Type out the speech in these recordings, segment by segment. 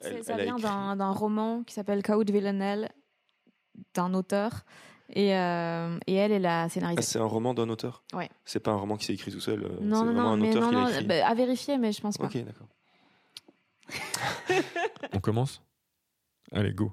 elle- ça elle a vient écrit- d'un d'un roman qui s'appelle Cahoude Villanelle, d'un auteur. Et, euh, et elle, elle a Ah, scénarisé. c'est un roman d'un auteur Ouais. C'est pas un roman qui s'est écrit tout seul. euh, non, c'est non, vraiment non, un mais auteur non, qui non, l'a écrit. bah, à vérifier, mais je pense pas. ok, d'accord. On commence Allez, go.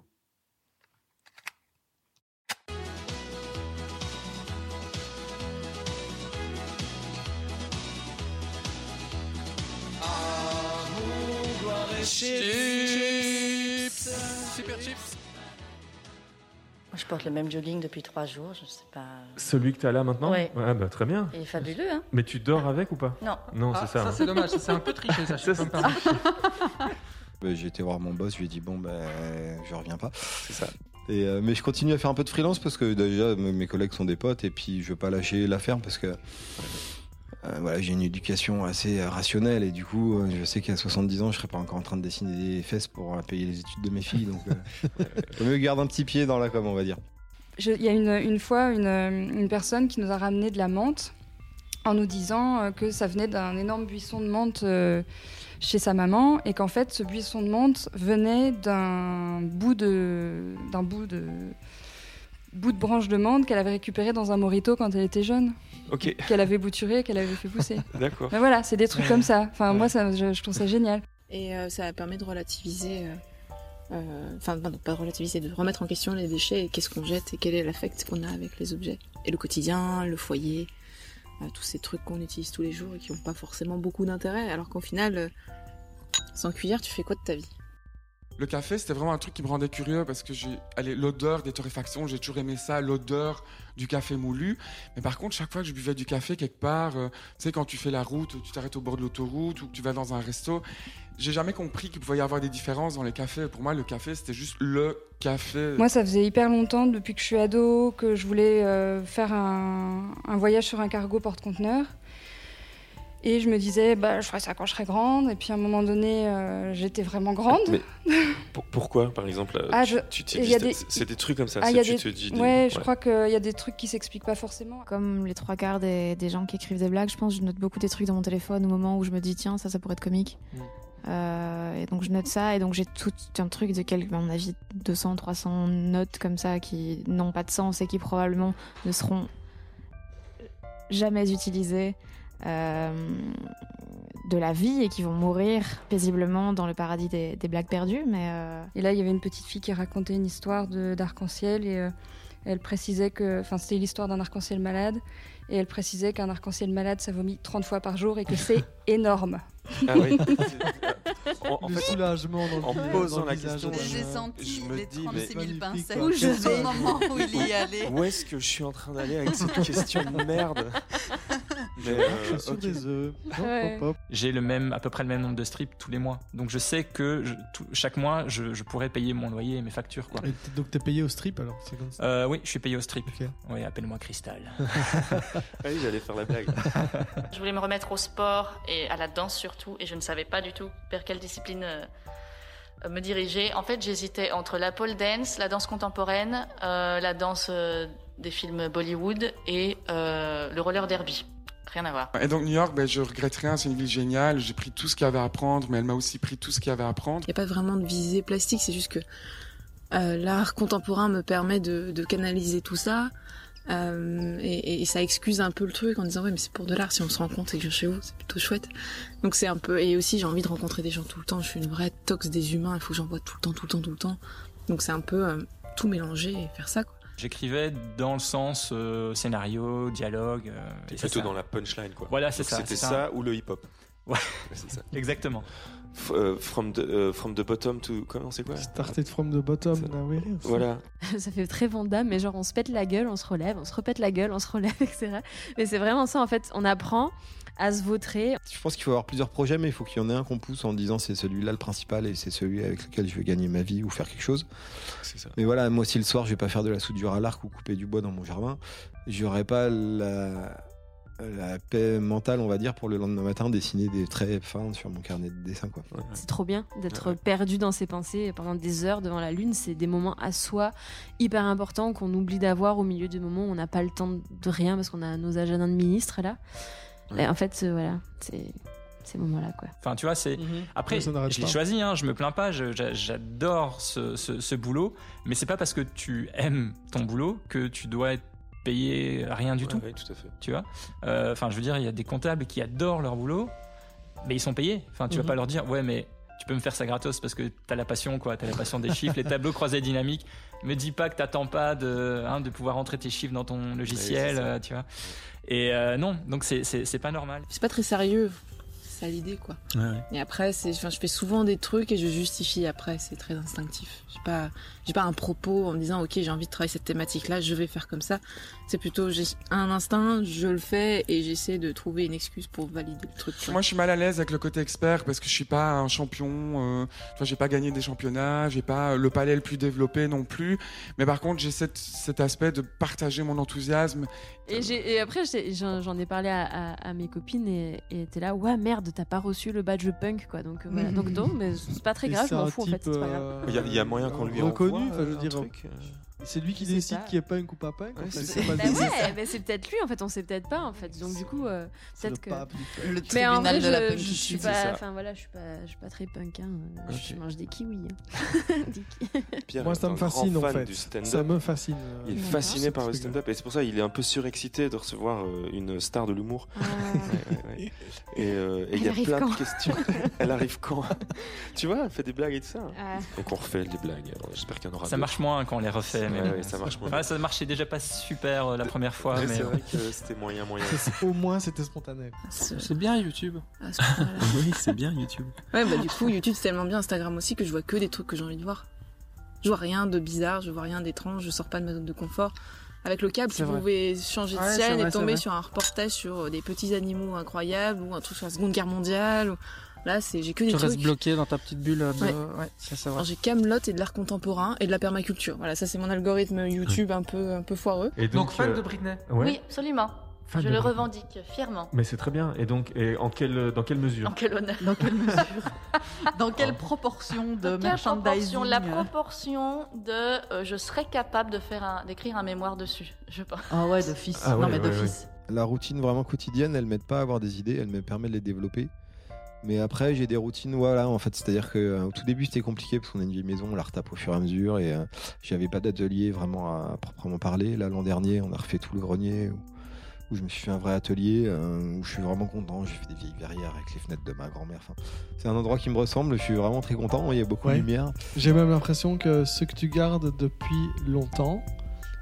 Moi, Je porte le même jogging depuis trois jours, je sais pas. Celui que t'as là maintenant Ouais. Ah bah très bien. Il est fabuleux, hein Mais tu dors avec ou pas Non. Non, Ah, c'est ça. ça hein. c'est dommage, ça, c'est un peu triché ça. je peux me permettre. Bah, J'ai été voir mon boss, je lui ai dit bon ben je reviens pas. C'est ça. Et, euh, mais je continue à faire un peu de freelance parce que déjà m- mes collègues sont des potes et puis je veux pas lâcher la ferme parce que euh, voilà j'ai une éducation assez euh, rationnelle et du coup euh, je sais qu'à 70 ans je serai pas encore en train de dessiner des fesses pour euh, payer les études de mes filles donc euh, vaut mieux garder un petit pied dans la com on va dire. Je- Il y a une, une fois une, euh, une personne qui nous a ramené de la menthe en nous disant euh, que ça venait d'un énorme buisson de menthe euh, chez sa maman et qu'en fait ce buisson de menthe venait d'un bout de d'un bout de bout de branche de menthe qu'elle avait récupéré dans un morito quand elle était jeune, Ok, qu'elle avait bouturé, qu'elle avait fait pousser. d'accord. Mais voilà, c'est des trucs comme ça. Enfin moi ça, je, je trouve ça génial. Et euh, ça permet de relativiser, euh, euh, enfin pardon, pas de relativiser, de remettre en question les déchets et qu'est-ce qu'on jette et quel est l'affect qu'on a avec les objets. Et le quotidien, le foyer, euh, tous ces trucs qu'on utilise tous les jours et qui n'ont pas forcément beaucoup d'intérêt, alors qu'au final, euh, sans cuillère, tu fais quoi de ta vie Le café, c'était vraiment un truc qui me rendait curieux parce que j'ai, allez, l'odeur des torréfactions, j'ai toujours aimé ça, l'odeur du café moulu. Mais par contre, chaque fois que je buvais du café quelque part, euh, tu sais, quand tu fais la route, tu t'arrêtes au bord de l'autoroute ou que tu vas dans un resto, j'ai jamais compris qu'il pouvait y avoir des différences dans les cafés. Pour moi, le café, c'était juste le café. Moi, ça faisait hyper longtemps, depuis que je suis ado, que je voulais euh, faire un, un voyage sur un cargo porte-conteneur. Et je me disais, bah, je ferai ça quand je serai grande. Et puis à un moment donné, euh, j'étais vraiment grande. Mais pour- pourquoi, par exemple euh, Ah, je- tu, tu il y dis- a des- c'est- C'est des trucs comme ça. Ah, c'est- il y a tu des- te dis des- ouais, je crois qu'il y a des trucs qui s'expliquent pas forcément. Comme les trois quarts des, des gens qui écrivent des blagues, je pense que je note beaucoup des trucs dans mon téléphone au moment où je me dis tiens, ça, ça pourrait être comique. Mm. Euh, et donc je note ça, et donc j'ai tout un truc de quelques, à mon avis, 200, 300 notes comme ça qui n'ont pas de sens et qui probablement ne seront jamais utilisées euh, de la vie et qui vont mourir paisiblement dans le paradis des, des blagues perdues. Mais euh, Et là, il y avait une petite fille qui racontait une histoire de- d'arc-en-ciel et euh, elle précisait que. Enfin, c'était l'histoire d'un arc-en-ciel malade. Et elle précisait qu'un arc-en-ciel malade, ça vomit 30 fois par jour et que c'est énorme. Ah oui. En- en le fait, soulagement dans le en visage, posant dans le la visage, question, dans le- je- J'ai senti je me les dis, mais- 36 000 pincettes Où je au vais moment où il y allait. Où est-ce que je suis en train d'aller avec cette question de merde Mais, euh, Je suis sur ok. des œufs. Hop, Ouais. hop, hop. j'ai le même, à peu près le même nombre de strips tous les mois. Donc je sais que je- tout- chaque mois, je, je pourrais payer mon loyer et mes factures. Quoi. Et t- donc t'es payé au strip alors c'est comme ça. Euh, oui, je suis payé au strip. Ok. Oui, appelle-moi Cristal. Ah oui, j'allais faire la blague. Je voulais me remettre au sport et à la danse surtout, et je ne savais pas du tout vers quelle discipline euh, euh, me diriger. En fait, j'hésitais entre la pole dance, la danse contemporaine, euh, la danse euh, des films Bollywood et euh, le roller derby. Rien à voir. Et donc, New York, ben, je regrette rien, c'est une ville géniale. J'ai pris tout ce qu'il y avait à prendre, mais elle m'a aussi pris tout ce qu'il y avait à prendre. Il n'y a pas vraiment de visée plastique, c'est juste que euh, l'art contemporain me permet de, de canaliser tout ça. euh, et, et- et ça excuse un peu le truc en disant ouais mais c'est pour de l'art si on se rend compte et que je chez vous c'est plutôt chouette donc c'est un peu et aussi j'ai envie de rencontrer des gens tout le temps je suis une vraie tox des humains il faut que j'en vois tout le temps tout le temps tout le temps donc c'est un peu euh, tout mélanger et faire ça quoi J'écrivais dans le sens euh, scénario, dialogue. euh, T'es et ça, plutôt ça- dans la punchline, quoi. Voilà, c'est Donc ça. C'était c'est ça. un- ou le hip-hop. Ouais. C'est ça. Exactement. F- euh, from, the, euh, from the bottom to. Comment c'est quoi Started from the bottom, Ça- now we're here. Voilà. ça fait très Vanda, mais genre on se pète la gueule, on se relève, on se repète la gueule, on se relève, etc. Mais c'est vraiment ça, en fait, on apprend à se vautrer. Je pense qu'il faut avoir plusieurs projets, mais il faut qu'il y en ait un qu'on pousse en disant c'est celui-là le principal et c'est celui avec lequel je vais gagner ma vie ou faire quelque chose. C'est ça. Mais voilà, moi aussi le soir, je vais pas faire de la soudure à l'arc ou couper du bois dans mon jardin. J'aurai pas la, la paix mentale, on va dire, pour le lendemain matin dessiner des traits fins sur mon carnet de dessin. Quoi. Ouais. C'est trop bien d'être Ouais. perdu dans ses pensées pendant des heures devant la lune. C'est des moments à soi hyper importants qu'on oublie d'avoir au milieu du moment où on n'a pas le temps de rien parce qu'on a nos agendas de ministre là. Ouais. Et en fait, euh, voilà, c'est ces moments-là, quoi. Enfin, tu vois, c'est. Mhm. Après, Ouais, ça n'arrête je l'ai pas. choisi, hein, je me plains pas, je- j'a- j'adore ce, ce- ce boulot, mais c'est pas parce que tu aimes ton boulot que tu dois être payé rien du tout. Oui, tout à fait. Tu vois Euh, Enfin, je veux dire, il y a des comptables qui adorent leur boulot, mais ils sont payés. Enfin, tu vas Mhm. pas leur dire, ouais, mais tu peux me faire ça gratos parce que t'as la passion, quoi, t'as la passion des chiffres, les tableaux croisés dynamiques. Me dis pas que t'attends pas de, hein, de pouvoir entrer tes chiffres dans ton logiciel, ça. euh, tu vois. Et euh, non, donc c'est- c'est c'est pas normal. C'est pas très sérieux. C'est ça l'idée, quoi. Ouais, ouais. Et après, c'est, enfin, je fais souvent des trucs et je justifie après. C'est très instinctif. J'ai pas, j'ai pas un propos en me disant, ok, j'ai envie de travailler cette thématique-là, je vais faire comme ça. C'est plutôt, j'ai un instinct, je le fais et j'essaie de trouver une excuse pour valider le truc. quoi. Moi, je suis mal à l'aise avec le côté expert parce que je suis pas un champion. Euh, tu vois, j'ai pas gagné des championnats, j'ai pas euh, le palais le plus développé non plus. Mais par contre, j'ai cette- cet aspect de partager mon enthousiasme. Et, j'ai- et après, j'ai- j'en j'en ai parlé à, à- à mes copines et et t'es là, ouais, merde, t'as pas reçu le badge punk, quoi. Donc, euh, voilà. Donc, non, mais c'est pas très Et grave, c'est je m'en un fous, en fait. type, c'est pas grave. euh, Il y a- il y a moyen qu'on lui reconnu, renvoie, enfin, je veux un dire, truc, euh, C'est lui qui Je sais décide pas. qui est punk ou pas punk. en Ouais, fait, c'est c'est ça. pas Bah lui. ouais, mais c'est peut-être lui en fait, on sait peut-être pas en fait. Donc du coup, euh, peut-être que. pape du punk. Le mais en vrai, tribunal de la je, punk je qui suis tue, c'est pas, ça. enfin voilà, je suis pas, je suis pas très punk. hein. Ok. Je mange des kiwis. hein. Des ki- Pierre Moi, est ça me euh, un grand fascine en fan fait. du stand-up. Ça me fascine. euh. Il est D'accord, fasciné ce par le truc-là. stand-up et c'est pour ça il est un peu surexcité de recevoir euh, une star de l'humour. Ouais, ouais, ouais. Et euh, et il Ah. Elle y a arrive plein quand de questions. Elle arrive quand Tu vois, elle fait des blagues et tout ça. hein. Ah. Donc on refait des blagues. Alors, J'espère qu'il y en aura Ça marche moins quand on les refait. Mais Ouais, bon. ouais, ça marche moins. Ouais, ça marchait déjà pas super euh, la première fois, Ouais, mais c'est vrai que c'était moyen, moyen. Ça, c'est- Au moins, c'était spontané. À ce- bien YouTube. à ce point-là. oui, c'est bien YouTube. Ouais, bah du coup, YouTube, c'est tellement bien, Instagram aussi, que je vois que des trucs que j'ai envie de voir. Je vois rien de bizarre, je vois rien d'étrange, je sors pas de ma zone de confort. Avec le câble, C'est vous vrai. pouvez changer de Ouais, c'est chaîne vrai, et c'est tomber vrai. sur un reportage sur euh, des petits animaux incroyables ou un truc sur la Seconde Guerre mondiale. ou- Là, c'est j'ai que des Tu trucs. restes bloqué dans ta petite bulle. euh, de- Ouais. Ouais, ça c'est vrai. Alors, J'ai Camelot et de l'art contemporain et de la permaculture. Voilà, ça c'est mon algorithme YouTube un peu un peu foireux. Et donc, Donc, fan euh, de Britney. Ouais. Oui, absolument. Fan je de le Britney. revendique fièrement. Mais c'est très bien. Et donc, et en quelle, dans quelle mesure En quel honneur. Dans quelle mesure Dans quelle proportion de Quelle proportion merchandising La euh, proportion de euh, je serais capable de faire un- d'écrire un mémoire dessus, je pense. Ah ouais, d'office. Ah non, ouais, mais ouais, d'office. La routine vraiment quotidienne, elle m'aide pas à avoir des idées, elle me permet de les développer. Mais après, j'ai des routines, voilà, en fait, c'est-à-dire que euh, au tout début, c'était compliqué parce qu'on a une vieille maison, on la retape au fur et à mesure et euh, j'avais pas d'atelier vraiment à proprement parler. Là, l'an dernier, on a refait tout le grenier où, où je me suis fait un vrai atelier euh, où je suis vraiment content. J'ai fait des vieilles verrières avec les fenêtres de ma grand-mère. Enfin, c'est un endroit qui me ressemble, je suis vraiment très content. Il y a beaucoup Ouais. de lumière. J'ai même l'impression que ce que tu gardes depuis longtemps,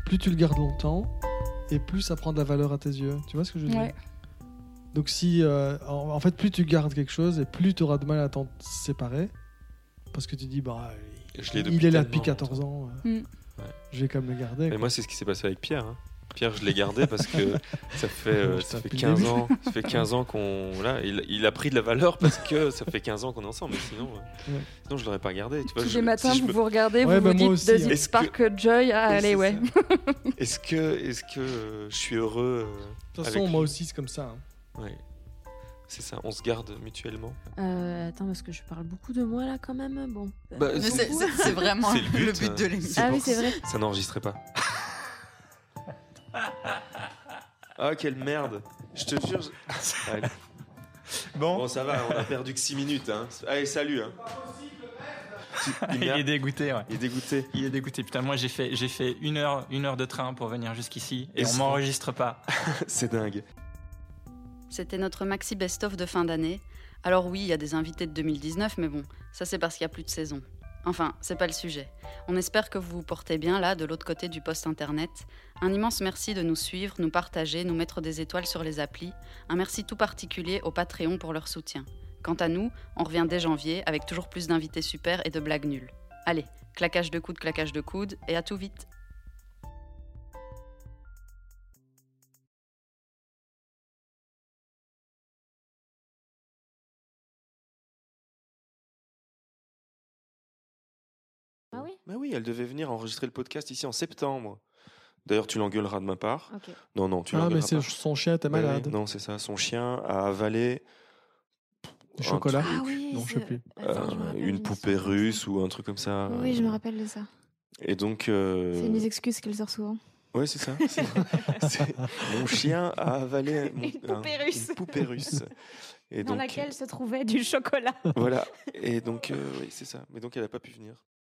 plus tu le gardes longtemps, et plus ça prend de la valeur à tes yeux. Tu vois ce que je veux dire Ouais. Donc si, euh, en, en fait, plus tu gardes quelque chose, et plus tu auras de mal à t'en séparer, parce que tu dis, bah, Je l'ai il, depuis est là depuis tellement 14 ans, euh, Mm. Ouais. je vais quand même le garder. Mais quoi. moi, c'est ce qui s'est passé avec Pierre. hein. Pierre, je l'ai gardé parce que ça fait, euh, Je ça fait t'appelle 15 David. ans, ça fait 15 ans qu'on là, il, il a pris de la valeur parce que ça fait 15 ans qu'on est ensemble. Mais sinon, euh, Ouais. sinon je l'aurais pas gardé. Tu vois, Tous je- les matins, si je vous me- vous regardez, Ouais, vous bah, vous moi dites aussi, hein. Deuxième Est-ce Park Joy, ah, Oui, c'est allez, ouais. ça. Est-ce que, est-ce que euh, je suis heureux euh, De toute avec façon, lui moi aussi, c'est comme ça. hein. Ouais. C'est ça, on se garde mutuellement. Euh, attends, parce que je parle beaucoup de moi là quand même. Bon. Euh, Bah, Mais c'est- C'est c'est- c'est vraiment C'est le but, hein. de l'émission. Ah oui, c'est vrai. Ça n'enregistrait pas. ah, quelle merde. Je te jure. je- Ouais. Bon, ça va, on a perdu que 6 minutes. hein. Allez, salut. hein. Il est dégoûté, ouais. Il est dégoûté. Il est dégoûté. Putain, moi j'ai fait, j'ai fait une, heure, une heure de train pour venir jusqu'ici et Et on c'est- m'enregistre pas. C'est dingue. C'était notre maxi best-of de fin d'année. Alors oui, il y a des invités de 2019, mais bon, ça c'est parce qu'il n'y a plus de saison. Enfin, c'est pas le sujet. On espère que vous vous portez bien là, de l'autre côté du poste internet. Un immense merci de nous suivre, nous partager, nous mettre des étoiles sur les applis. Un merci tout particulier aux Patreon pour leur soutien. Quant à nous, on revient dès janvier avec toujours plus d'invités super et de blagues nulles. Allez, claquage de coude, claquage de coude, et à tout vite Ah oui. Mais Bah oui, elle devait venir enregistrer le podcast ici en septembre. D'ailleurs, tu l'engueuleras de ma part. Ok. Non, non, tu ah, mais l'engueuleras c'est pas. son chien, t'es Ouais, ouais, malade. non, c'est ça. Son chien a avalé Du chocolat. Ah oui. Non, je sais c'est- plus. Attends, je me euh, rappelle une d'une poupée histoire. russe ou un truc comme ça. Oui, je me rappelle de ça. Et donc. euh, C'est une des excuses qu'elle sort souvent. Ouais, c'est ça. c'est- c'est- Mon chien a avalé mon- Une poupée un- russe. une poupée russe. Et dans donc, laquelle se trouvait du chocolat. Voilà. Et donc, euh, oui, c'est ça. Mais donc, elle n'a pas pu venir.